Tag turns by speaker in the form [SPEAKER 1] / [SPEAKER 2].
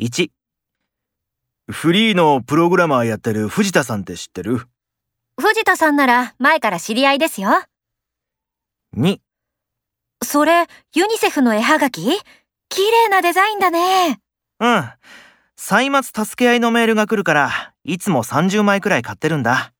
[SPEAKER 1] 1フリーのプログラマーやってる藤田さんって知ってる
[SPEAKER 2] 藤田さんなら前から知り合いですよ。
[SPEAKER 1] 2
[SPEAKER 2] それ、ユニセフの絵はがき綺麗なデザインだね。
[SPEAKER 1] うん歳末助け合いのメールが来るからいつも30枚くらい買ってるんだ